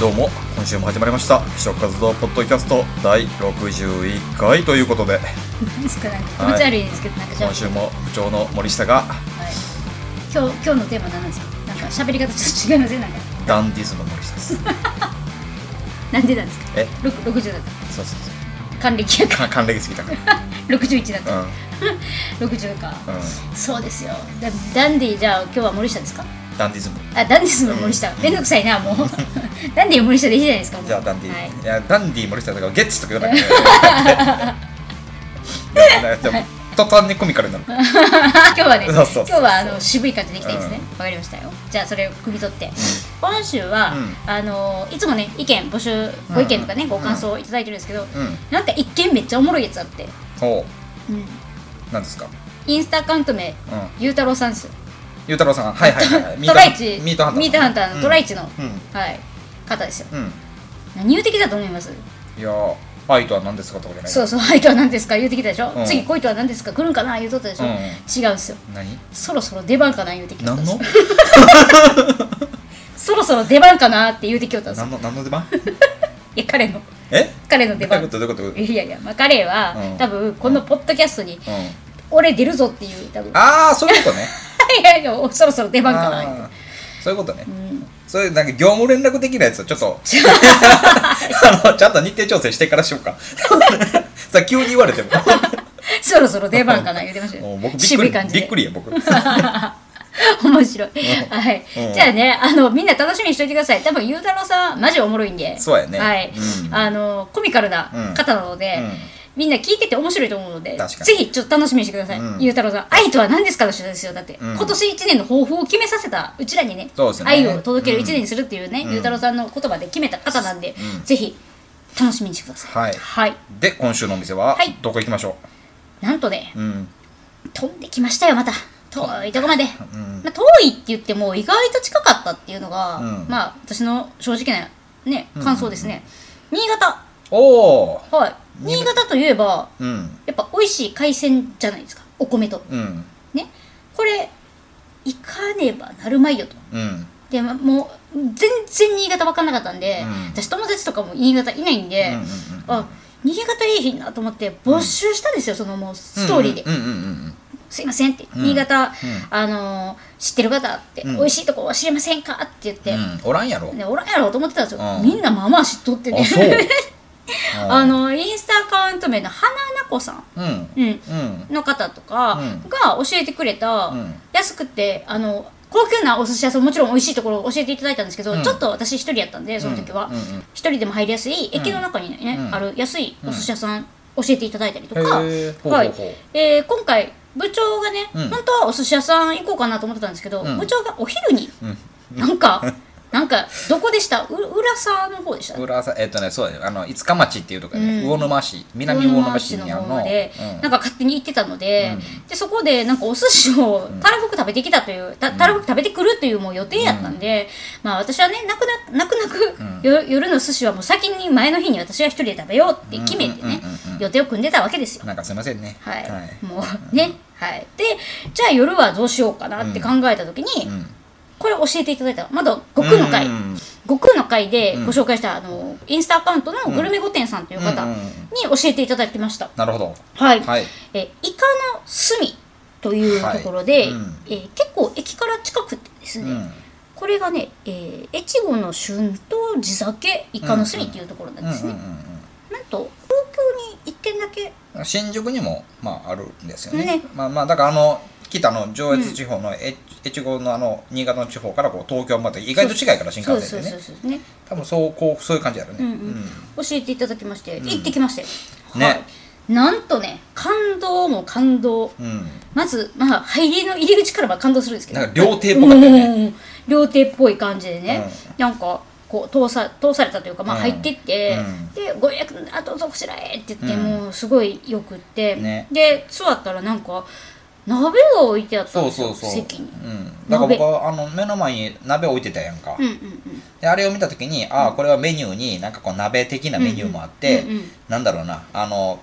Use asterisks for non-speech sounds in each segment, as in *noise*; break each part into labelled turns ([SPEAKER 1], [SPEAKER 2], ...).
[SPEAKER 1] どうも今週も始まりました「食活動ポッドキャスト」第61回ということで
[SPEAKER 2] ですから気持ち悪いですけど、なんかしゃ
[SPEAKER 1] 今週も部長の森下が
[SPEAKER 2] はい、今日今日のテーマ何なんですかなんか喋り方ちょっと違いま *laughs* せんなんか
[SPEAKER 1] ダンディズム森下です
[SPEAKER 2] *laughs* なんでなんですか
[SPEAKER 1] え
[SPEAKER 2] ろく60だった
[SPEAKER 1] そうそうそ
[SPEAKER 2] 還暦や *laughs*
[SPEAKER 1] う
[SPEAKER 2] か
[SPEAKER 1] か還暦すぎたか
[SPEAKER 2] 61だっ
[SPEAKER 1] ら
[SPEAKER 2] た、
[SPEAKER 1] うん
[SPEAKER 2] 60か、
[SPEAKER 1] う
[SPEAKER 2] そうですよでダンディじゃあ今日は森下ですか
[SPEAKER 1] ダンディズム
[SPEAKER 2] あダンディスの森下、めんどくさいなもうダンディ森下でいいじゃないですかもう
[SPEAKER 1] じゃあダンディ、
[SPEAKER 2] はい *laughs* い、、
[SPEAKER 1] やダンディ森下だからゲッツとか
[SPEAKER 2] *laughs*
[SPEAKER 1] 言わなきゃいけないいやでも途端にコミカルになるから
[SPEAKER 2] 今日はね
[SPEAKER 1] そうそうそう
[SPEAKER 2] 今日はあの渋い感じでいきたいですね
[SPEAKER 1] う
[SPEAKER 2] わ、かりましたよじゃあそれを汲み取って今週は、
[SPEAKER 1] うん
[SPEAKER 2] あのいつもね意見募集ご意見とかね、ご感想をいただいてるんですけど、
[SPEAKER 1] うん
[SPEAKER 2] なんか一見めっちゃおもろいやつあって、
[SPEAKER 1] ほ
[SPEAKER 2] うん、
[SPEAKER 1] うなんですか
[SPEAKER 2] インスタアカウント名、
[SPEAKER 1] うん
[SPEAKER 2] ゆうたろうさんですよ
[SPEAKER 1] ゆうたろうさんはいはいはいはい
[SPEAKER 2] トライチ
[SPEAKER 1] ミートハンター
[SPEAKER 2] ミートハンターのトライチの、
[SPEAKER 1] うん
[SPEAKER 2] はい、方ですよ
[SPEAKER 1] うん、うん
[SPEAKER 2] 何言うてきたと思います
[SPEAKER 1] いやー愛とは何ですかとかじゃない
[SPEAKER 2] そうそう「愛とは何ですか?」言うてきたでしょ、
[SPEAKER 1] うん
[SPEAKER 2] 次恋とは何ですか来るんかな言うとったでしょ、
[SPEAKER 1] うん
[SPEAKER 2] 違うんですよ
[SPEAKER 1] 何
[SPEAKER 2] そろそろ出番かな言うてきたんで
[SPEAKER 1] 何
[SPEAKER 2] す
[SPEAKER 1] の
[SPEAKER 2] よそろそろ出番かなって言うてきよったんですよ
[SPEAKER 1] 何の何の出
[SPEAKER 2] *laughs*
[SPEAKER 1] 番
[SPEAKER 2] いや彼の
[SPEAKER 1] え
[SPEAKER 2] 彼の
[SPEAKER 1] ど
[SPEAKER 2] 出
[SPEAKER 1] ういうこ
[SPEAKER 2] 番
[SPEAKER 1] とどういうことうん
[SPEAKER 2] いやいや、まあ、彼は、
[SPEAKER 1] うん
[SPEAKER 2] 多分このポッドキャストに、俺出るぞっていう多分
[SPEAKER 1] ああそういうことね
[SPEAKER 2] *laughs* いやいやそろそろ出番かな言うて
[SPEAKER 1] あーそういうことね
[SPEAKER 2] うん
[SPEAKER 1] そういうなんか業務連絡的なやつはちょっ
[SPEAKER 2] *laughs*
[SPEAKER 1] と *laughs* あのちゃんと日程調整してからしようか *laughs* さあ急に言われて
[SPEAKER 2] *laughs*
[SPEAKER 1] も
[SPEAKER 2] そろそろ出番かな言ってました
[SPEAKER 1] もう
[SPEAKER 2] よ。
[SPEAKER 1] 僕びっく
[SPEAKER 2] 渋い
[SPEAKER 1] り
[SPEAKER 2] 感じ
[SPEAKER 1] び
[SPEAKER 2] で。
[SPEAKER 1] っくりや
[SPEAKER 2] *laughs*
[SPEAKER 1] 僕
[SPEAKER 2] 面白い。はい
[SPEAKER 1] うん。
[SPEAKER 2] じゃあね、あの、みんな楽しみにしておいてください。多分、ゆうたろうさん、マジおもろいんで。
[SPEAKER 1] そうやね
[SPEAKER 2] はい。
[SPEAKER 1] うん
[SPEAKER 2] あの、コミカルな方なので
[SPEAKER 1] うんうん、
[SPEAKER 2] みんな聞いてて面白いと思うので、
[SPEAKER 1] 確かに
[SPEAKER 2] ぜひちょっと楽しみにしてください
[SPEAKER 1] うん。
[SPEAKER 2] ゆうたろうさん、愛とは何ですかの人ですよ。だって、
[SPEAKER 1] うん
[SPEAKER 2] 今年1年の抱負を決めさせた、うちらにね
[SPEAKER 1] そうです、ね
[SPEAKER 2] 愛を届ける1年にするっていうね
[SPEAKER 1] う、ん
[SPEAKER 2] ゆうたろうさんの言葉で決めた方なんで
[SPEAKER 1] うん、
[SPEAKER 2] ぜひ楽しみにしてくださ。
[SPEAKER 1] はいい
[SPEAKER 2] はい。
[SPEAKER 1] で今週のお店は
[SPEAKER 2] はい
[SPEAKER 1] どこ行きましょ
[SPEAKER 2] なんとね、
[SPEAKER 1] ううん
[SPEAKER 2] 飛んできましたよまた遠いと
[SPEAKER 1] *laughs*
[SPEAKER 2] こまで、
[SPEAKER 1] ん
[SPEAKER 2] まあ、遠いって言っても意外と近かったっていうのが、
[SPEAKER 1] うん
[SPEAKER 2] まあ私の正直なね感想ですね、新潟
[SPEAKER 1] おお
[SPEAKER 2] はい新潟といえば
[SPEAKER 1] うん
[SPEAKER 2] やっぱ美味しい海鮮じゃないですかお米と
[SPEAKER 1] うん
[SPEAKER 2] ねこれ行かねばなるまいよと
[SPEAKER 1] うん
[SPEAKER 2] でまもう全然新潟分かんなかったんで、
[SPEAKER 1] うん
[SPEAKER 2] 私友達とかも新潟いないんで、
[SPEAKER 1] うんうんうん
[SPEAKER 2] あ新潟いいひんなと思って募集したんですよ、そのもうストーリーで、
[SPEAKER 1] うんうんうんうん
[SPEAKER 2] すいませんって、新潟、
[SPEAKER 1] ん
[SPEAKER 2] あのー知ってる方って、
[SPEAKER 1] うん
[SPEAKER 2] 美味しいとこ知りませんかって言って、
[SPEAKER 1] うんおらんやろ
[SPEAKER 2] ね、おらんやろうと思ってたんですよ、
[SPEAKER 1] うん
[SPEAKER 2] みんなまあまあ知っとってね
[SPEAKER 1] あ
[SPEAKER 2] *laughs*
[SPEAKER 1] そう
[SPEAKER 2] あのインスタアカウント名の花なこさん、
[SPEAKER 1] うん
[SPEAKER 2] うん、
[SPEAKER 1] うん
[SPEAKER 2] の方とか
[SPEAKER 1] うん
[SPEAKER 2] が教えてくれた、
[SPEAKER 1] うん
[SPEAKER 2] 安くてあの高級なお寿司屋さんもちろん美味しいところを教えていただいたんですけど、
[SPEAKER 1] うん
[SPEAKER 2] ちょっと私一人やったんでその時は
[SPEAKER 1] うんうんうん
[SPEAKER 2] 一、人でも入りやすい駅の中にね、
[SPEAKER 1] うん
[SPEAKER 2] ある安いお寿司屋さん教えていただいたりとか、
[SPEAKER 1] へーほう
[SPEAKER 2] はい
[SPEAKER 1] ほうほう
[SPEAKER 2] えー今回部長がね、
[SPEAKER 1] うん
[SPEAKER 2] 本当はお寿司屋さん行こうかなと思ってたんですけど、
[SPEAKER 1] うん
[SPEAKER 2] 部長がお昼に、なんかなんかどこでしたう浦沢の方でした
[SPEAKER 1] 浦沢えっとねそうだよあの五日町っていうとこやね、
[SPEAKER 2] うん
[SPEAKER 1] 魚沼市南魚
[SPEAKER 2] 魚
[SPEAKER 1] 沼
[SPEAKER 2] 沼
[SPEAKER 1] 市
[SPEAKER 2] 市の
[SPEAKER 1] にある
[SPEAKER 2] 方
[SPEAKER 1] の
[SPEAKER 2] まで、
[SPEAKER 1] うん
[SPEAKER 2] なんか勝手に行ってたので,、
[SPEAKER 1] う
[SPEAKER 2] でそこでなんかお寿司をたらふく食べてきたというたたらふく食べてくるというもう予定やったんで、まあ私はねなくな泣く泣く、よ夜の寿司はもう先に前の日に私は一人で食べようって決め
[SPEAKER 1] う
[SPEAKER 2] てね、
[SPEAKER 1] んうんうんうんうん
[SPEAKER 2] 予定を組んでたわけですよ。
[SPEAKER 1] なんかすいませんね
[SPEAKER 2] はい
[SPEAKER 1] はい
[SPEAKER 2] もうね、はい、でじゃあ夜はどうしようかなって考えた時に、
[SPEAKER 1] ん
[SPEAKER 2] これ教えていただいたまだ悟空の会、
[SPEAKER 1] うん
[SPEAKER 2] 悟空の会でご紹介した、あのインスタアカウントのグルメ御殿さんという方
[SPEAKER 1] うんう
[SPEAKER 2] に
[SPEAKER 1] んうん
[SPEAKER 2] 教えていただきました、
[SPEAKER 1] なるほど
[SPEAKER 2] はい、
[SPEAKER 1] はい
[SPEAKER 2] えイカの隅というところで、
[SPEAKER 1] はいうん
[SPEAKER 2] えー結構駅から近くてですね、
[SPEAKER 1] うん
[SPEAKER 2] これがね、えー越後の旬と地酒イカの隅っていうところなんですね、
[SPEAKER 1] うんうんうん
[SPEAKER 2] なんと東京に1軒だけ
[SPEAKER 1] うん新宿にもまああるんですよね
[SPEAKER 2] ね
[SPEAKER 1] まあまあだからあの北の上越地方のえ越後のあの新潟の地方からこう東京まで意外と近いから新
[SPEAKER 2] そう
[SPEAKER 1] 幹
[SPEAKER 2] そ
[SPEAKER 1] 線
[SPEAKER 2] う
[SPEAKER 1] で
[SPEAKER 2] そう
[SPEAKER 1] ね
[SPEAKER 2] そうね
[SPEAKER 1] 多分そうこうそういう感じやろね
[SPEAKER 2] うんうん教えていただきまして、行ってきまして、
[SPEAKER 1] ね
[SPEAKER 2] はい、なんとね感動も感動
[SPEAKER 1] うんうん
[SPEAKER 2] まず、まあ、入りの入り口からは感動するんですけど
[SPEAKER 1] なんか料亭っぽかったよね
[SPEAKER 2] うん料亭っぽい感じでね、
[SPEAKER 1] う
[SPEAKER 2] なんかこう通さ通されたというか、まあ、
[SPEAKER 1] うん
[SPEAKER 2] 入ってって、
[SPEAKER 1] うん
[SPEAKER 2] で「ご予約あどうぞこちらへ」って言って、
[SPEAKER 1] うん
[SPEAKER 2] もうすごいよくって、
[SPEAKER 1] ね
[SPEAKER 2] で座ったらなんか鍋が置いてあった
[SPEAKER 1] そう
[SPEAKER 2] んですよ
[SPEAKER 1] そうそう、
[SPEAKER 2] 席に。
[SPEAKER 1] うん、だから僕はあの目の前に鍋置いてたやんか、
[SPEAKER 2] うんうんうん
[SPEAKER 1] であれを見た時にああこれはメニューになんかこう鍋的なメニューもあって、
[SPEAKER 2] うんうんうんうん
[SPEAKER 1] なんだろうなあの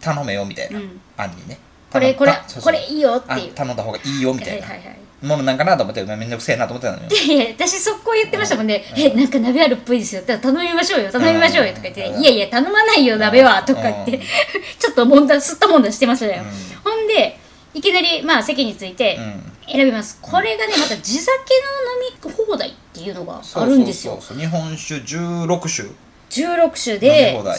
[SPEAKER 1] 頼めよみたいな、
[SPEAKER 2] うん
[SPEAKER 1] あんにね
[SPEAKER 2] これこれ
[SPEAKER 1] 頼んだそうそう
[SPEAKER 2] これいいよって
[SPEAKER 1] あ
[SPEAKER 2] いう
[SPEAKER 1] 頼んだ方がいいよみたいな
[SPEAKER 2] はいはいはい
[SPEAKER 1] ものなんかなと思ってまあめんどくせえなと思ってたのよ
[SPEAKER 2] いやいや私速攻言ってましたもんね「えなんか鍋あるっぽいですよ」って頼みましょうよ頼みましょうよ」とか言って「
[SPEAKER 1] うん
[SPEAKER 2] いやいや頼まないよ鍋は」とか言っ
[SPEAKER 1] う
[SPEAKER 2] て
[SPEAKER 1] ん
[SPEAKER 2] *laughs* ちょっと問題すったもんだしてましたよ、
[SPEAKER 1] うん
[SPEAKER 2] ほんでいきなりまあ席について
[SPEAKER 1] うん
[SPEAKER 2] 選びます、これがねまた地酒の飲み放題っていうのが *laughs* あるんですよ
[SPEAKER 1] そうそうそうそう日本酒16種
[SPEAKER 2] 16種で
[SPEAKER 1] 飲み放題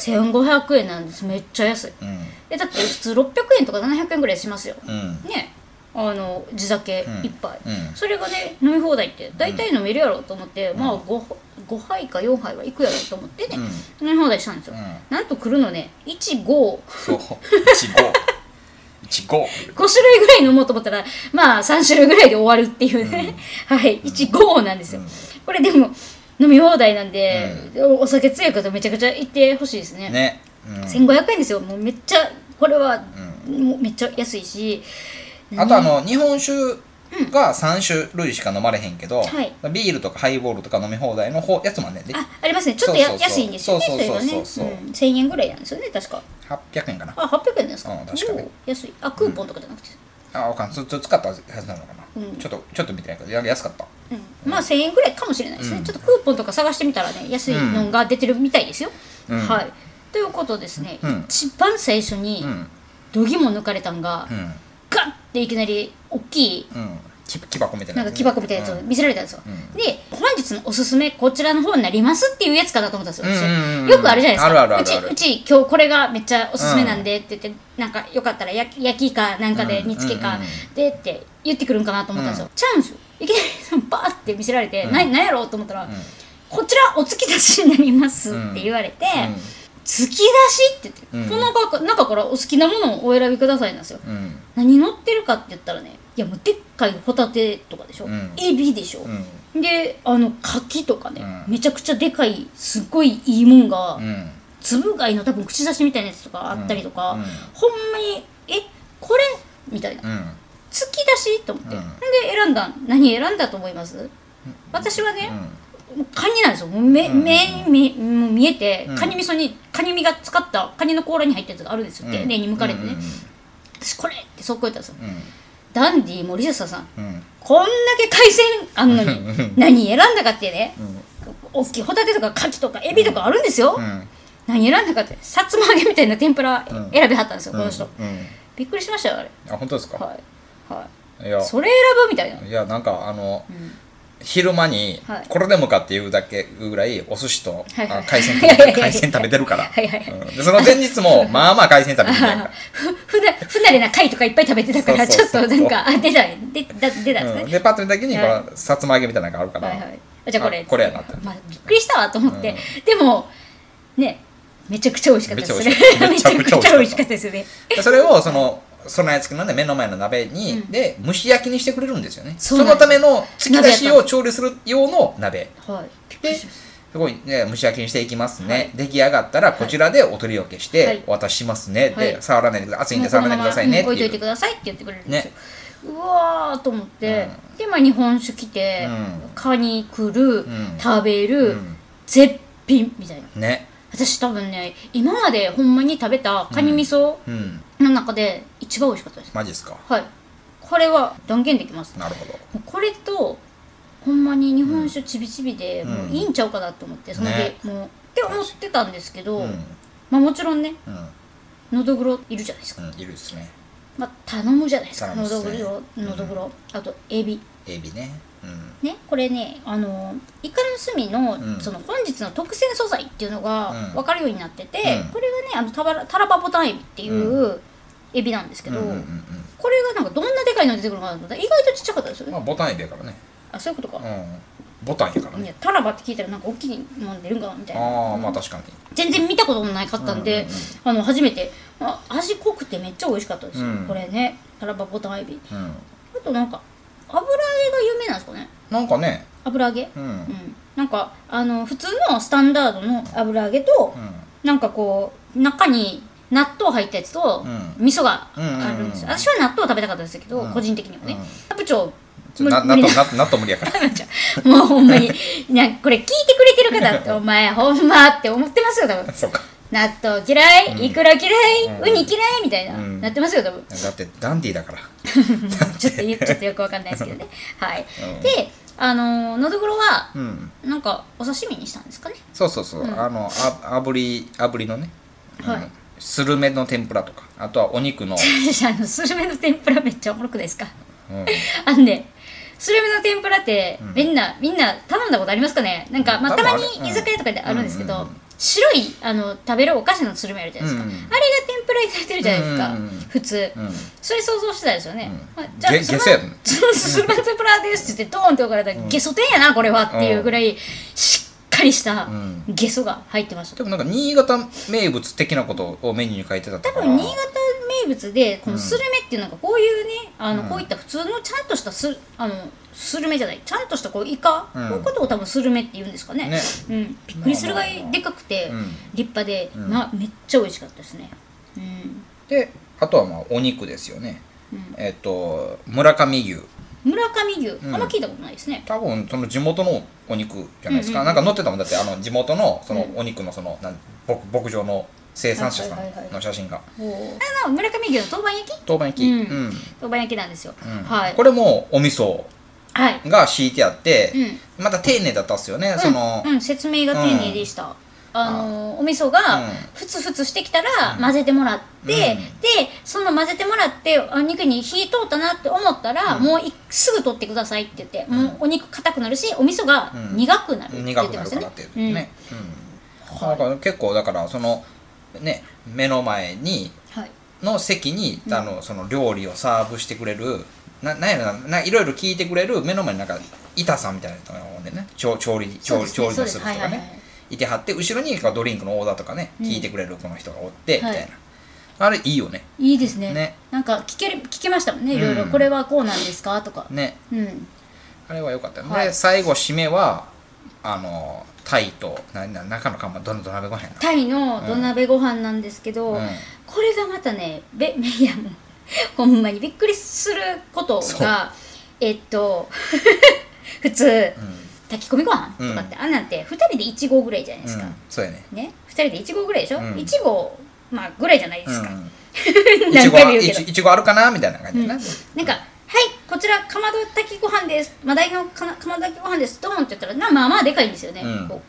[SPEAKER 2] 1500円なんですめっちゃ安い
[SPEAKER 1] うん
[SPEAKER 2] えだって普通600円とか700円ぐらいしますよ
[SPEAKER 1] うん
[SPEAKER 2] ねあの地酒一杯、
[SPEAKER 1] うん
[SPEAKER 2] それがね飲み放題って大体飲めるやろうと思って、まあ 5, 5杯か4杯はいくやろうと思ってね、飲み放題したんですよ、
[SPEAKER 1] う
[SPEAKER 2] なんと来るのね155 *laughs*
[SPEAKER 1] そう1515
[SPEAKER 2] 種類ぐらい飲もうと思ったらまあ3種類ぐらいで終わるっていうね、 *laughs* はい15なんですよ、
[SPEAKER 1] うん
[SPEAKER 2] これでも飲み放題なんで、お酒強い方めちゃくちゃ行ってほしいですね
[SPEAKER 1] ねうん
[SPEAKER 2] 1500円ですよもうめっちゃこれは、もうめっちゃ安いし
[SPEAKER 1] あとあの日本酒が3種類しか飲まれへんけど、
[SPEAKER 2] はい
[SPEAKER 1] ビールとかハイボールとか飲み放題の方やつもあんねんで
[SPEAKER 2] あありますねちょっとや
[SPEAKER 1] そうそうそう
[SPEAKER 2] 安いんですよね
[SPEAKER 1] そうそうそうそう
[SPEAKER 2] れがね、うん、1000円ぐらいなんですよね確か
[SPEAKER 1] 800円かな
[SPEAKER 2] あ800円ですか,、
[SPEAKER 1] うん確かに
[SPEAKER 2] おー安いあクーポンとかじゃなくて、
[SPEAKER 1] あおかんずっと使ったはずなのかな、
[SPEAKER 2] うん
[SPEAKER 1] ちょっとちょっと見てないけどや安かった
[SPEAKER 2] うんまあ1000円ぐらいかもしれないですね、
[SPEAKER 1] うん
[SPEAKER 2] ちょっとクーポンとか探してみたらね安いのが出てるみたいですよ、
[SPEAKER 1] うん
[SPEAKER 2] はいということですね、
[SPEAKER 1] うん
[SPEAKER 2] 一番最初に
[SPEAKER 1] うん
[SPEAKER 2] 度肝抜かれたんが、
[SPEAKER 1] うん
[SPEAKER 2] ガッていきなり大きい
[SPEAKER 1] うんき木箱みたいな
[SPEAKER 2] なんか木箱みたいなやつを見せられたんですよ、
[SPEAKER 1] うん
[SPEAKER 2] で本日のおすすめこちらの方になりますっていうやつかなと思ったんですよ、私
[SPEAKER 1] うんうんうんうん
[SPEAKER 2] よくあるじゃないですか
[SPEAKER 1] あるあるあるある
[SPEAKER 2] うちうち今日これがめっちゃおすすめなんでって言って、なんかよかったら焼き焼きかなんかで
[SPEAKER 1] うん
[SPEAKER 2] 煮つけか
[SPEAKER 1] うんうん
[SPEAKER 2] でって言ってくるんかなと思ったんですよ、
[SPEAKER 1] う
[SPEAKER 2] ちゃうんですよいきなりそのバーって見せられて、ななんやろうと思ったら、こちらお付き出しになりますって言われて、
[SPEAKER 1] ん
[SPEAKER 2] 突き出しって言って、
[SPEAKER 1] うん
[SPEAKER 2] この中中からお好きなものをお選びくださいなんですよ、
[SPEAKER 1] うん
[SPEAKER 2] 何乗ってるかって言ったらねいやもうでっかいホタテとかでしょ、
[SPEAKER 1] うん
[SPEAKER 2] エビでしょ、
[SPEAKER 1] うん
[SPEAKER 2] であの柿とかね、
[SPEAKER 1] うん
[SPEAKER 2] めちゃくちゃでかいすっごいいいもんが、
[SPEAKER 1] うん
[SPEAKER 2] 粒貝の多分口出しみたいなやつとかあったりとか、
[SPEAKER 1] うんうん
[SPEAKER 2] ほんまにえこれみたいな
[SPEAKER 1] うん
[SPEAKER 2] 突き出しと思って、
[SPEAKER 1] うん
[SPEAKER 2] で選んだ何選んだと思います私はね、もうカニなんですよもう目,、
[SPEAKER 1] うん
[SPEAKER 2] 目に見もう見えて、
[SPEAKER 1] うん
[SPEAKER 2] カニ味噌にカニ身が使ったカニの甲羅に入ったやつがあるんですよ、丁寧に剥かれてね、私これってそうこう言ったんですよ、ダンディ森下さん
[SPEAKER 1] うんうん
[SPEAKER 2] こんだけ海鮮あんの
[SPEAKER 1] う
[SPEAKER 2] に
[SPEAKER 1] ん
[SPEAKER 2] 何選んだかってね、
[SPEAKER 1] ん
[SPEAKER 2] 大きいホタテとかカキとかエビとかあるんですよ、
[SPEAKER 1] うんうん
[SPEAKER 2] 何選んだかってさつま揚げみたいな天ぷら
[SPEAKER 1] うん
[SPEAKER 2] 選びはったんですよ、この人
[SPEAKER 1] うん
[SPEAKER 2] びっくりしましたよあれ
[SPEAKER 1] あ本当ですか
[SPEAKER 2] はい、はい
[SPEAKER 1] いや
[SPEAKER 2] い、それ選ぶみたいない
[SPEAKER 1] やなんかあの昼間に
[SPEAKER 2] はい
[SPEAKER 1] これでもかっていうだけぐらいお寿司と
[SPEAKER 2] はいはい
[SPEAKER 1] あ海鮮
[SPEAKER 2] いやいやいやいや
[SPEAKER 1] 海鮮食べてるから
[SPEAKER 2] はいはいはい
[SPEAKER 1] うんでその前日もまあまあ海鮮食べてる
[SPEAKER 2] *laughs*
[SPEAKER 1] から
[SPEAKER 2] ふふな不慣れな貝とかいっぱい食べてたから
[SPEAKER 1] そうそうそうそう
[SPEAKER 2] ちょっとなんかあ出た出だ出たんですね
[SPEAKER 1] う、んでパッと見た時にこ
[SPEAKER 2] は
[SPEAKER 1] のさつま揚げみたいなのがあるから
[SPEAKER 2] はいはい、あじゃあこれ
[SPEAKER 1] あこれやなって
[SPEAKER 2] まあ、びっくりしたわと思って、
[SPEAKER 1] う
[SPEAKER 2] でもねめちゃくちゃ美味しかったですね *laughs* め
[SPEAKER 1] め
[SPEAKER 2] ち
[SPEAKER 1] ち
[SPEAKER 2] ゃ
[SPEAKER 1] ゃ
[SPEAKER 2] く
[SPEAKER 1] く
[SPEAKER 2] ち
[SPEAKER 1] ち
[SPEAKER 2] ゃ
[SPEAKER 1] ゃ美
[SPEAKER 2] 美味
[SPEAKER 1] 味
[SPEAKER 2] し
[SPEAKER 1] し
[SPEAKER 2] か
[SPEAKER 1] かった
[SPEAKER 2] っですよね
[SPEAKER 1] でそれをその備え付けなんで目の前の鍋に、で蒸し焼きにしてくれるんですよね
[SPEAKER 2] そ
[SPEAKER 1] そう
[SPEAKER 2] なんです
[SPEAKER 1] のための突き出しを調理する用の鍋
[SPEAKER 2] はいびっくり
[SPEAKER 1] で
[SPEAKER 2] します
[SPEAKER 1] すごい、ね、蒸し焼きにしていきますね、
[SPEAKER 2] はい
[SPEAKER 1] 出来上がったらこちらでお取り寄けし
[SPEAKER 2] はい
[SPEAKER 1] てお渡ししますね、
[SPEAKER 2] はい
[SPEAKER 1] で触らないでください熱いん
[SPEAKER 2] も
[SPEAKER 1] で
[SPEAKER 2] うこ
[SPEAKER 1] 触
[SPEAKER 2] の
[SPEAKER 1] らないでく
[SPEAKER 2] まま
[SPEAKER 1] ださいねって
[SPEAKER 2] 置いとい
[SPEAKER 1] い
[SPEAKER 2] て
[SPEAKER 1] う
[SPEAKER 2] くださいって言ってくれるんですよ、うわーと思って、でまあ日本酒来て、
[SPEAKER 1] うん
[SPEAKER 2] カニ来る、
[SPEAKER 1] ん
[SPEAKER 2] 食べる、
[SPEAKER 1] うん
[SPEAKER 2] 絶品みたいな
[SPEAKER 1] ね
[SPEAKER 2] 私多分ね今までほんまに食べたカニ味噌
[SPEAKER 1] うん
[SPEAKER 2] の中で一番美味しかったです、
[SPEAKER 1] マジですか
[SPEAKER 2] はいこれは断言できます
[SPEAKER 1] なるほど
[SPEAKER 2] もうこれとほんまに日本酒ちびちびで
[SPEAKER 1] うん
[SPEAKER 2] もういいんちゃうかなと思って、その日、
[SPEAKER 1] ね
[SPEAKER 2] もうって思ってたんですけど、
[SPEAKER 1] うん
[SPEAKER 2] まあもちろんね
[SPEAKER 1] うん
[SPEAKER 2] のどぐろいるじゃないですか、
[SPEAKER 1] うんいるですね
[SPEAKER 2] まあ、頼むじゃないですか
[SPEAKER 1] 頼む
[SPEAKER 2] の
[SPEAKER 1] っす
[SPEAKER 2] どぐ
[SPEAKER 1] ね
[SPEAKER 2] ろのどぐろ、あとエビ
[SPEAKER 1] エビねうん
[SPEAKER 2] ねこれねあのイカの隅の,、
[SPEAKER 1] うん
[SPEAKER 2] その本日の特選素材っていうのが
[SPEAKER 1] うん
[SPEAKER 2] 分かるようになってて、
[SPEAKER 1] うん
[SPEAKER 2] これがねあのタバラタラバボタンエビっていうエビなんですけど、
[SPEAKER 1] うんうんうん
[SPEAKER 2] これがなんかどんなでかいの出てくるのかなと思ったら意外とちっちゃかったですよ
[SPEAKER 1] うん
[SPEAKER 2] ね、
[SPEAKER 1] まあボタンエビやからね
[SPEAKER 2] あそういうことか、
[SPEAKER 1] うんボタンやから
[SPEAKER 2] いや
[SPEAKER 1] ね
[SPEAKER 2] タラバって聞いたらなんか大きいもん出るんかなみたいな
[SPEAKER 1] ああまあ確かに
[SPEAKER 2] 全然見たこともないかったんで、あの初めてあ味濃くてめっちゃ美味しかったですよ、
[SPEAKER 1] うん
[SPEAKER 2] これねタラバボタンエビ
[SPEAKER 1] うん
[SPEAKER 2] あとなんか油揚げが有名なんですかね
[SPEAKER 1] なんかね
[SPEAKER 2] 油揚げ
[SPEAKER 1] うん
[SPEAKER 2] うん、なんかあの普通のスタンダードの油揚げと、
[SPEAKER 1] うん
[SPEAKER 2] なんかこう中に納豆入ったやつと、
[SPEAKER 1] う
[SPEAKER 2] 味噌が
[SPEAKER 1] うんうんうん
[SPEAKER 2] あるんですよ、私は納豆食べたかったですけど、
[SPEAKER 1] うん
[SPEAKER 2] 個人的にはね、
[SPEAKER 1] うん
[SPEAKER 2] 部長
[SPEAKER 1] ちょな
[SPEAKER 2] 無
[SPEAKER 1] な
[SPEAKER 2] 理
[SPEAKER 1] っ
[SPEAKER 2] 無
[SPEAKER 1] と
[SPEAKER 2] 理
[SPEAKER 1] ななっと無理やから *laughs*
[SPEAKER 2] *laughs*
[SPEAKER 1] *laughs*
[SPEAKER 2] もうほんまに、なんかこれ聞いてくれてる方って、お前ほんまって思ってますよ、多分。
[SPEAKER 1] そうか
[SPEAKER 2] 納豆嫌い、いくら嫌い、
[SPEAKER 1] うん
[SPEAKER 2] ウニ嫌いみたいな、
[SPEAKER 1] うん
[SPEAKER 2] なってますよ多分
[SPEAKER 1] だってダンディーだから
[SPEAKER 2] ちょっとよちょっとよくわかんないですけどね *laughs* はい、
[SPEAKER 1] うん
[SPEAKER 2] であののどぐろは
[SPEAKER 1] うん
[SPEAKER 2] なんかお刺身にしたんですかね *laughs*
[SPEAKER 1] そうそうそう、あのあ炙り炙りのね、うん
[SPEAKER 2] はい
[SPEAKER 1] スルメの天ぷらとかあとはお肉の、
[SPEAKER 2] 私あのスルメの天ぷらめっちゃおもろくないですか
[SPEAKER 1] うん、
[SPEAKER 2] *laughs* あのねスルメの天ぷらってみんな、みんな頼んだことありますかねなんか、まあ、
[SPEAKER 1] 多
[SPEAKER 2] た
[SPEAKER 1] 分あ
[SPEAKER 2] ま
[SPEAKER 1] る
[SPEAKER 2] に居酒屋とかであるんですけど、
[SPEAKER 1] うんうんうん
[SPEAKER 2] 白いあの食べるお菓子のスルメあるじゃないですか、
[SPEAKER 1] うんうん
[SPEAKER 2] あれが天ぷらにされてるじゃないですか、
[SPEAKER 1] うんうんうん
[SPEAKER 2] 普通、
[SPEAKER 1] うん
[SPEAKER 2] それ想像してたですよね、
[SPEAKER 1] うん
[SPEAKER 2] まあじゃあ
[SPEAKER 1] げ
[SPEAKER 2] その
[SPEAKER 1] ゲソやもん
[SPEAKER 2] スルメの天ぷらですって言ってドーンって置かれたら、ゲソ天やなこれはっていうぐらいしっかりした
[SPEAKER 1] ん
[SPEAKER 2] ゲソが入ってました
[SPEAKER 1] でもなんか新潟名物的なことをメニューに書いてたと
[SPEAKER 2] 多
[SPEAKER 1] か
[SPEAKER 2] 分新潟名物でこのスルメっていうのがこういうね、あのこういった普通のちゃんとしたスあのスルメじゃないちゃんとしたこうイカ、
[SPEAKER 1] うん
[SPEAKER 2] こういうことを多分スルメって言うんですかね
[SPEAKER 1] ね
[SPEAKER 2] うん、びっくりするぐらいでかくて、
[SPEAKER 1] うん
[SPEAKER 2] 立派で、なめっちゃ美味しかったですね、うん
[SPEAKER 1] であとはまあお肉ですよね、
[SPEAKER 2] うん
[SPEAKER 1] えっ、と村上牛
[SPEAKER 2] 村上牛、あんま聞いたことないですね
[SPEAKER 1] 多分その地元のお肉じゃないですか、
[SPEAKER 2] うんうんうん
[SPEAKER 1] なんか乗ってたもんだってあの地元のその
[SPEAKER 2] うん
[SPEAKER 1] お肉のそのなん牧牧場の生産者さ
[SPEAKER 2] はいはいはい
[SPEAKER 1] んの写真が
[SPEAKER 2] あの村上牛の豆板焼き
[SPEAKER 1] 当番焼き、
[SPEAKER 2] うん
[SPEAKER 1] うん
[SPEAKER 2] 豆板焼きなんですよ、
[SPEAKER 1] うん
[SPEAKER 2] はい
[SPEAKER 1] これもお味噌
[SPEAKER 2] はい
[SPEAKER 1] が敷いてあって、また丁寧だったっすよね、その、
[SPEAKER 2] うんうん、説明が丁寧でした、あのお味噌が
[SPEAKER 1] うん
[SPEAKER 2] ふつふつしてきたら混ぜてもらって、でその混ぜてもらってお肉に火通ったなって思ったら、もういすぐ取ってくださいって言って、もうお肉硬くなるしお味噌が
[SPEAKER 1] うん
[SPEAKER 2] 苦くなるって言
[SPEAKER 1] 苦
[SPEAKER 2] っ
[SPEAKER 1] く
[SPEAKER 2] て
[SPEAKER 1] な
[SPEAKER 2] ま
[SPEAKER 1] る
[SPEAKER 2] した
[SPEAKER 1] から
[SPEAKER 2] ね
[SPEAKER 1] っていう、
[SPEAKER 2] うん
[SPEAKER 1] ね、うんなんか結構だからそのね目の前に
[SPEAKER 2] はい
[SPEAKER 1] の席に、あのその料理をサーブしてくれるななんやろなないろいろ聞いてくれる目の前になんか板さんみたいな人がおんでね調調理
[SPEAKER 2] そう
[SPEAKER 1] 調
[SPEAKER 2] で
[SPEAKER 1] 理調
[SPEAKER 2] すね
[SPEAKER 1] 理のする人がね、
[SPEAKER 2] そうですはいはいはい
[SPEAKER 1] いてはって後ろにこうドリンクのオーダーとかね、
[SPEAKER 2] うん
[SPEAKER 1] 聞いてくれるこの人がおって、
[SPEAKER 2] はい
[SPEAKER 1] みたいなあれいいよね
[SPEAKER 2] いいですね
[SPEAKER 1] ね
[SPEAKER 2] なんか聞ける聞けましたもんねいろいろ、
[SPEAKER 1] うん
[SPEAKER 2] これはこうなんですかとか、
[SPEAKER 1] ね
[SPEAKER 2] うん
[SPEAKER 1] あれは良かった、
[SPEAKER 2] はい
[SPEAKER 1] で最後締めはあのタイとなな中の看板どんどん鍋ご飯やな
[SPEAKER 2] タイの土鍋ご飯なんですけど、
[SPEAKER 1] うん
[SPEAKER 2] これがまたねべ *laughs* いやもうほんまにびっくりすること
[SPEAKER 1] そう
[SPEAKER 2] がえっと *laughs* 普通、炊き込みご飯とかって、あんなんて2人で1合ぐらいじゃないですか、
[SPEAKER 1] うん、そうやね
[SPEAKER 2] ね2人で1合ぐらいでしょ、
[SPEAKER 1] うん
[SPEAKER 2] 1合まあぐらいじゃないですか、
[SPEAKER 1] うん、いち
[SPEAKER 2] *laughs* 何
[SPEAKER 1] ご
[SPEAKER 2] 回も
[SPEAKER 1] あ
[SPEAKER 2] 言う
[SPEAKER 1] い
[SPEAKER 2] け
[SPEAKER 1] ち
[SPEAKER 2] ど
[SPEAKER 1] いちごあるかなみたいな感じでな、
[SPEAKER 2] なんか「はいこちらかまど炊きご飯ですマダイのかなかまど炊きご飯ですドーン」って言ったらなまあまあでかいんですよね、
[SPEAKER 1] うん
[SPEAKER 2] こ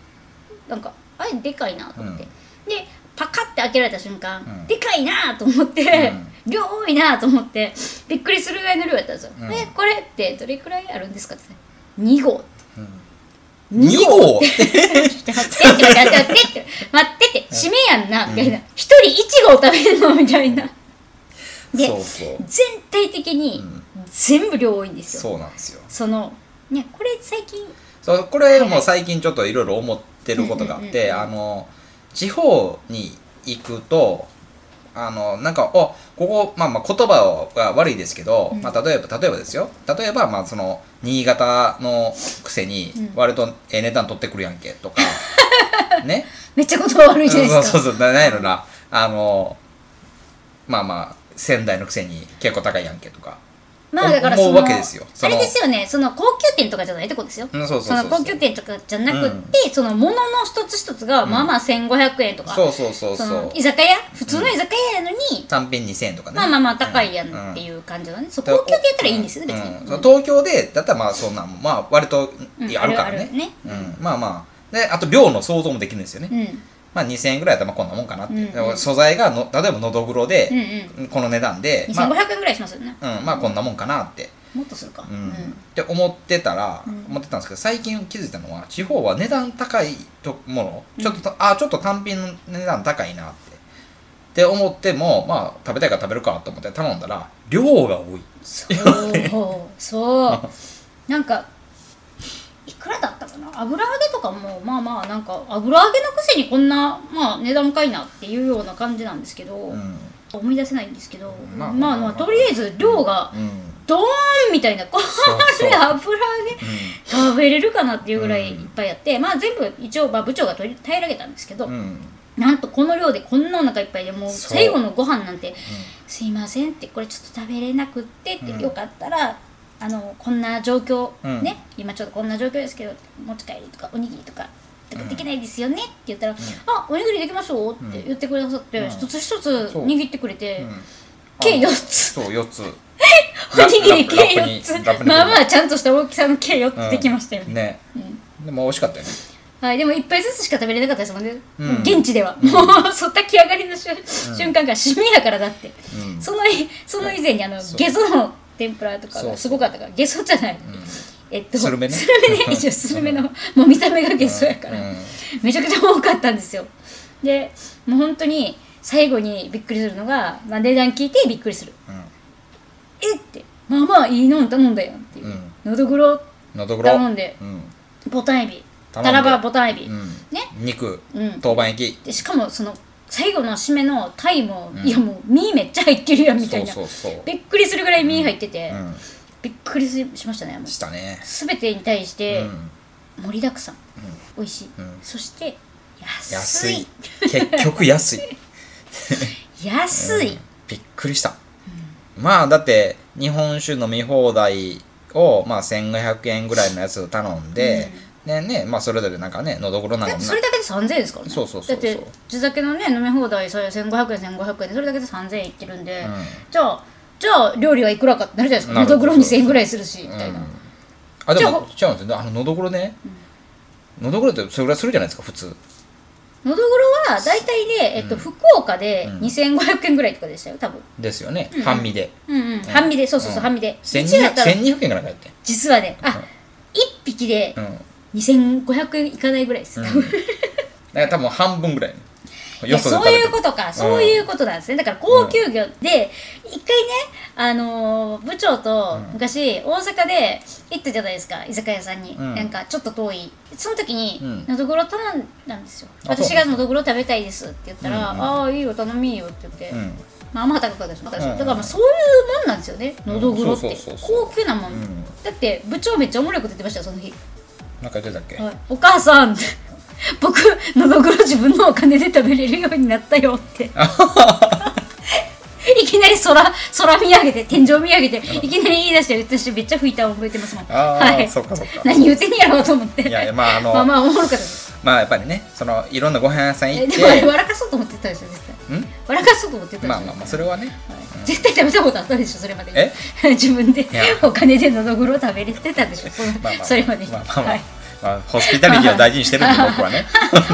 [SPEAKER 2] うなんかあれでかいなと思って、
[SPEAKER 1] うん
[SPEAKER 2] でパカって開けられた瞬間、
[SPEAKER 1] ん
[SPEAKER 2] でかいなと思って、量多いなと思ってびっくりするぐらいの量やったんですよ、
[SPEAKER 1] ん
[SPEAKER 2] えこれってどれくらいあるんですかって言ったら2合って。
[SPEAKER 1] 二2号
[SPEAKER 2] ちょっと待って待って待って待って待ってって締めやんなみたいな一、人一合食べるのみたいなで
[SPEAKER 1] *laughs* そうそう
[SPEAKER 2] 全体的に全部量多いんですよ
[SPEAKER 1] そうなんですよ
[SPEAKER 2] そのねこれ最近
[SPEAKER 1] そうこれも最近ちょっといろいろ思ってることがあって、あの地方に行くとあのなんかおここ、まあ、まあ言葉は悪いですけど、まあ、例えば例えばですよ例えばまあその新潟のくせに割とええ値段取ってくるやんけ
[SPEAKER 2] *laughs*
[SPEAKER 1] とか、ね
[SPEAKER 2] めっちゃ言葉悪いじゃないで
[SPEAKER 1] そ
[SPEAKER 2] すか
[SPEAKER 1] うそうそうななんやろなあのまあまあ仙台のくせに結構高いやんけとか
[SPEAKER 2] まあだからその
[SPEAKER 1] 思うわけですよそ
[SPEAKER 2] あ
[SPEAKER 1] の
[SPEAKER 2] れですよねその高級店とかじゃないってことですよ
[SPEAKER 1] うんそうそうそうそう
[SPEAKER 2] の高級店とかじゃなくって、そのものの一つ一つがまあまあ1500円とか、
[SPEAKER 1] そうそうそうそ
[SPEAKER 2] そ
[SPEAKER 1] う
[SPEAKER 2] の居酒屋普通の居酒屋やのに、
[SPEAKER 1] 単品2000円とかね
[SPEAKER 2] まあまあまあ高いやん
[SPEAKER 1] うん
[SPEAKER 2] っていう感じだね、そう高級って言ったらいいんですよ、別
[SPEAKER 1] う
[SPEAKER 2] に、
[SPEAKER 1] んそう東京でだったらまあそんなんもまあ割と
[SPEAKER 2] うん
[SPEAKER 1] いやあるから
[SPEAKER 2] あるあ
[SPEAKER 1] ね,、
[SPEAKER 2] るね
[SPEAKER 1] うん、まあまあであと量の想像もできるんですよね、
[SPEAKER 2] うん
[SPEAKER 1] まあ2000円ぐらいだったらまあこんなもんかなって、
[SPEAKER 2] うんうん
[SPEAKER 1] だから素材がの例えばのどぐろで、
[SPEAKER 2] うん
[SPEAKER 1] この値段で、まあ
[SPEAKER 2] 2500円ぐらいしますよね、
[SPEAKER 1] うん、まあこんなもんかなって、
[SPEAKER 2] もっとするか、
[SPEAKER 1] うん
[SPEAKER 2] うん
[SPEAKER 1] って思ってたら、思ってたんですけど最近気づいたのは地方は値段高いとものちょっと、あちょっと単品の値段高いなってって思ってもまあ食べたいから食べるかと思って頼んだら量が多い
[SPEAKER 2] そうそうなんかいくらだったかな油揚げとかもまあまあなんか油揚げのくせにこんな、まあ、値段かいなっていうような感じなんですけど、
[SPEAKER 1] うん
[SPEAKER 2] 思い出せないんですけど、
[SPEAKER 1] ま
[SPEAKER 2] ま
[SPEAKER 1] あ
[SPEAKER 2] あまあ、
[SPEAKER 1] まあ
[SPEAKER 2] とりあえず量が
[SPEAKER 1] うん
[SPEAKER 2] ドーンみたいなこ
[SPEAKER 1] そう
[SPEAKER 2] れ油揚げ
[SPEAKER 1] う
[SPEAKER 2] 食べれるかなっていうぐらい
[SPEAKER 1] うん
[SPEAKER 2] いっぱいあって、まあ全部一応、まあ、部長が取り平らげたんですけど、
[SPEAKER 1] んうん
[SPEAKER 2] なんとこの量でこんなお腹いっぱいでもう
[SPEAKER 1] そう
[SPEAKER 2] 最後のご飯なんて「すいません」って「これちょっと食べれなくって」って、
[SPEAKER 1] うん
[SPEAKER 2] よかったらあのこんな状況、
[SPEAKER 1] うん
[SPEAKER 2] ね今ちょっとこんな状況ですけどお持ち帰りとかおにぎりとかだからできないですよね」って言ったら「あおにぎりできますよ」って言ってくださって、
[SPEAKER 1] うん
[SPEAKER 2] 一つ一つ
[SPEAKER 1] そう
[SPEAKER 2] 握ってくれて、
[SPEAKER 1] うん
[SPEAKER 2] 計4
[SPEAKER 1] あ
[SPEAKER 2] つ
[SPEAKER 1] そう4つ
[SPEAKER 2] *laughs* おにぎり計
[SPEAKER 1] ラップに
[SPEAKER 2] 4つ
[SPEAKER 1] ラップに
[SPEAKER 2] まあまあちゃんとした大きさの計4
[SPEAKER 1] うん
[SPEAKER 2] つできましたよね、
[SPEAKER 1] ねでも美味しかったよね
[SPEAKER 2] はい、でも一杯ずつしか食べれなかったですもんね、
[SPEAKER 1] うん
[SPEAKER 2] 現地では、もうそったき上がりの瞬,、瞬間がしみやからだって、
[SPEAKER 1] うん
[SPEAKER 2] そのいその以前にあの
[SPEAKER 1] そう
[SPEAKER 2] ゲソの天ぷらと
[SPEAKER 1] そ
[SPEAKER 2] か
[SPEAKER 1] うそ
[SPEAKER 2] が
[SPEAKER 1] う
[SPEAKER 2] すごかったからゲソじゃない、えっと
[SPEAKER 1] スルメね
[SPEAKER 2] スルメ
[SPEAKER 1] *laughs*
[SPEAKER 2] ね一応スルメのもう見た目がゲソやから、
[SPEAKER 1] うん
[SPEAKER 2] めちゃくちゃ多かったんですよでもう本当に最後にびっくりするのが、まあ、値段聞いてびっくりするえってまあまあいいのん頼んだよっていう、
[SPEAKER 1] うん
[SPEAKER 2] のどぐろ
[SPEAKER 1] のどぐろ
[SPEAKER 2] 頼んで
[SPEAKER 1] うん
[SPEAKER 2] ボタンエビ
[SPEAKER 1] 頼んで
[SPEAKER 2] タラバボタンエビ、
[SPEAKER 1] うん
[SPEAKER 2] ね
[SPEAKER 1] 肉
[SPEAKER 2] うん
[SPEAKER 1] 豆板焼
[SPEAKER 2] でしかもその最後の締めのタイも、
[SPEAKER 1] ん
[SPEAKER 2] いやもう身めっちゃ入ってるやん
[SPEAKER 1] き
[SPEAKER 2] みた
[SPEAKER 1] そ
[SPEAKER 2] いうな
[SPEAKER 1] そうそう
[SPEAKER 2] びっくりするぐらい身入ってて、
[SPEAKER 1] うん
[SPEAKER 2] びっくりしましたねもう
[SPEAKER 1] したね
[SPEAKER 2] 全てに対し
[SPEAKER 1] う
[SPEAKER 2] て
[SPEAKER 1] ん
[SPEAKER 2] 盛りだくさん、美味しい、
[SPEAKER 1] ん
[SPEAKER 2] そして安
[SPEAKER 1] 安
[SPEAKER 2] い
[SPEAKER 1] い結局安い
[SPEAKER 2] *laughs* 安い
[SPEAKER 1] びっくりしたまあだって日本酒飲み放題をまあ1500円ぐらいのやつを頼んでねねまあそれぞれなんかねのどぐろなん
[SPEAKER 2] だっ
[SPEAKER 1] か
[SPEAKER 2] て
[SPEAKER 1] も
[SPEAKER 2] それだけで3000円ですからね
[SPEAKER 1] そうそうそうそう
[SPEAKER 2] だって地酒のね飲み放題それ1500円1500円でそれだけで3000円いってるんで、
[SPEAKER 1] うん
[SPEAKER 2] じゃあじゃあ料理はいくらかってなるじゃないですか
[SPEAKER 1] なる
[SPEAKER 2] 喉黒2000円ぐらいするしみたいな、
[SPEAKER 1] うんあでも違うんで
[SPEAKER 2] じ
[SPEAKER 1] すよねあののどぐろねのどぐろってそれぐらいするじゃないですか普通
[SPEAKER 2] のどぐろは大体ね、えっと、福岡で
[SPEAKER 1] うん
[SPEAKER 2] 2500円ぐらいとかでしたよ多分
[SPEAKER 1] ですよね半身で
[SPEAKER 2] うんうん半身でそうそうそううん半身でうちだったら
[SPEAKER 1] 1200円ぐらいだって
[SPEAKER 2] 実はねあ一匹で
[SPEAKER 1] うんだか
[SPEAKER 2] 2500円いかないぐらいです多分
[SPEAKER 1] ら多分半分ぐらい
[SPEAKER 2] いや
[SPEAKER 1] よそで食
[SPEAKER 2] そう
[SPEAKER 1] べて
[SPEAKER 2] いうことかそういうことなんですねだから高級魚で一回ねあのー部長と昔大阪で行ったじゃないですか居酒屋さんに
[SPEAKER 1] うん
[SPEAKER 2] なんかちょっと遠いその時に
[SPEAKER 1] うん
[SPEAKER 2] のどぐろ頼んだんですよ
[SPEAKER 1] あそう
[SPEAKER 2] 私がのどぐろ食べたいですって言ったら「
[SPEAKER 1] うんうん
[SPEAKER 2] ああいいよ頼みよ」って言って
[SPEAKER 1] うん
[SPEAKER 2] まあまあ高かったですだから
[SPEAKER 1] うん
[SPEAKER 2] だからまあそういうもんなんですよねのどぐろっ
[SPEAKER 1] うん
[SPEAKER 2] て
[SPEAKER 1] そうそうそうそう
[SPEAKER 2] 高級なもん、
[SPEAKER 1] ん
[SPEAKER 2] だって部長めっちゃおもろいこと言ってましたよその日、
[SPEAKER 1] なんか言ってたっけ
[SPEAKER 2] はいお母さん *laughs* 僕のどぐろ自分のお金で食べれるようになったよって
[SPEAKER 1] *laughs*
[SPEAKER 2] いきなり空空見上げて天井見上げていきなり言い出して言ってしめっちゃ吹いたの覚えてますもん
[SPEAKER 1] あ
[SPEAKER 2] は
[SPEAKER 1] あ
[SPEAKER 2] い
[SPEAKER 1] そっかそっか
[SPEAKER 2] 何言うてんやろうと思って
[SPEAKER 1] いやいやまああの
[SPEAKER 2] *laughs* まあまあおもろかったです
[SPEAKER 1] まあやっぱりねそのいろんなご飯屋さん行
[SPEAKER 2] え
[SPEAKER 1] っ
[SPEAKER 2] でもあれ
[SPEAKER 1] て
[SPEAKER 2] 笑かそうと思ってたでしょ絶対
[SPEAKER 1] ん
[SPEAKER 2] 笑かそうと思ってたでしょ
[SPEAKER 1] まあまあまあそれはね
[SPEAKER 2] 絶対食べたことあったでしょそれまでに
[SPEAKER 1] え
[SPEAKER 2] *laughs* 自分で
[SPEAKER 1] や
[SPEAKER 2] お金でのどぐろを食べれてたでしょその
[SPEAKER 1] まあまあ
[SPEAKER 2] それまでに
[SPEAKER 1] まあまあま
[SPEAKER 2] は
[SPEAKER 1] あ
[SPEAKER 2] い *laughs*
[SPEAKER 1] まあホスピタリティを大事にしてるんで僕はね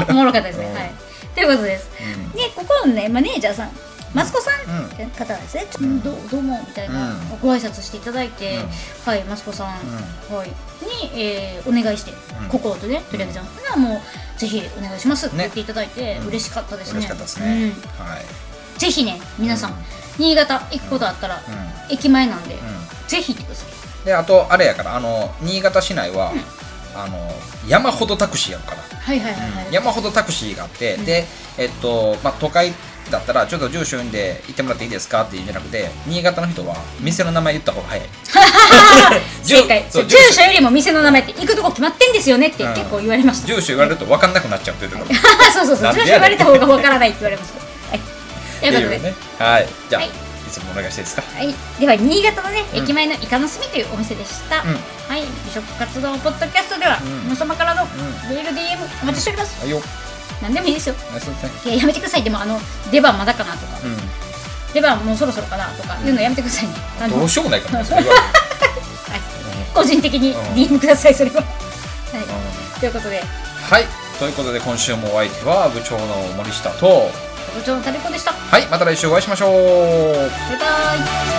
[SPEAKER 2] おもろかったですね、
[SPEAKER 1] うん
[SPEAKER 2] はいということです、 *laughs* でここのねマネージャーさんマスコさんって方なんですね、ちょどうどうもみたいな、
[SPEAKER 1] うん
[SPEAKER 2] ご挨拶していただいて、はいマスコさん、はい、に、えーお願いして、
[SPEAKER 1] ん
[SPEAKER 2] 心とね取り上げちゃんがもうぜひお願いしますって言っていただいて、
[SPEAKER 1] うん
[SPEAKER 2] 嬉しかったですね
[SPEAKER 1] 嬉しかったですね
[SPEAKER 2] うん
[SPEAKER 1] はい
[SPEAKER 2] ぜひね皆さん、
[SPEAKER 1] うん
[SPEAKER 2] 新潟行くことあったら、駅前なんで、
[SPEAKER 1] ん
[SPEAKER 2] ぜひ行ってください
[SPEAKER 1] であとあれやからあの新潟市内はあの山ほどタクシーやるから
[SPEAKER 2] はいはいはいはい、
[SPEAKER 1] 山ほどタクシーがあって、で、えっとまあ、都会だったらちょっと住所読んで行ってもらっていいですかって言うんじゃなくて新潟の人は店の名前言った方が
[SPEAKER 2] *laughs*
[SPEAKER 1] 早い住
[SPEAKER 2] 正解
[SPEAKER 1] そ
[SPEAKER 2] そう
[SPEAKER 1] う
[SPEAKER 2] 住所よりも店の名前って行くとこ決まってんですよねって
[SPEAKER 1] うん
[SPEAKER 2] 結構言われました、
[SPEAKER 1] 住所言われると分かんなくなっちゃうっていうところっ
[SPEAKER 2] *laughs* そうそうそ
[SPEAKER 1] な
[SPEAKER 2] うん住
[SPEAKER 1] で
[SPEAKER 2] 所
[SPEAKER 1] や
[SPEAKER 2] 言わ
[SPEAKER 1] ねん
[SPEAKER 2] れた方がわからないって言われましたはいと
[SPEAKER 1] て
[SPEAKER 2] いうこと
[SPEAKER 1] い
[SPEAKER 2] で、
[SPEAKER 1] うねはいじゃあ、
[SPEAKER 2] はい
[SPEAKER 1] い、つもお願いしていいですか
[SPEAKER 2] はい、では新潟のね、
[SPEAKER 1] うん
[SPEAKER 2] 駅前のイカの炭というお店でした、
[SPEAKER 1] うん
[SPEAKER 2] はい美食活動ポッドキャストでは、
[SPEAKER 1] うん
[SPEAKER 2] 皆様からの
[SPEAKER 1] ん
[SPEAKER 2] メール DM お待ちしております、
[SPEAKER 1] はいよ
[SPEAKER 2] 何でもいいですよ
[SPEAKER 1] ナイスですね
[SPEAKER 2] いややめてくださいでもあの出番まだかなとか
[SPEAKER 1] う
[SPEAKER 2] 出番もうそろそろかなとかいうのやめてくださいね、あ
[SPEAKER 1] ん
[SPEAKER 2] の
[SPEAKER 1] どうしようもないからねそれは、
[SPEAKER 2] *laughs* はい個人的に DM くださいそれは、はい
[SPEAKER 1] うん
[SPEAKER 2] ということで
[SPEAKER 1] はいということで今週もお相手は部長の森下と
[SPEAKER 2] 部長のタレコでした
[SPEAKER 1] はいまた来週お会いしましょう
[SPEAKER 2] バイバイ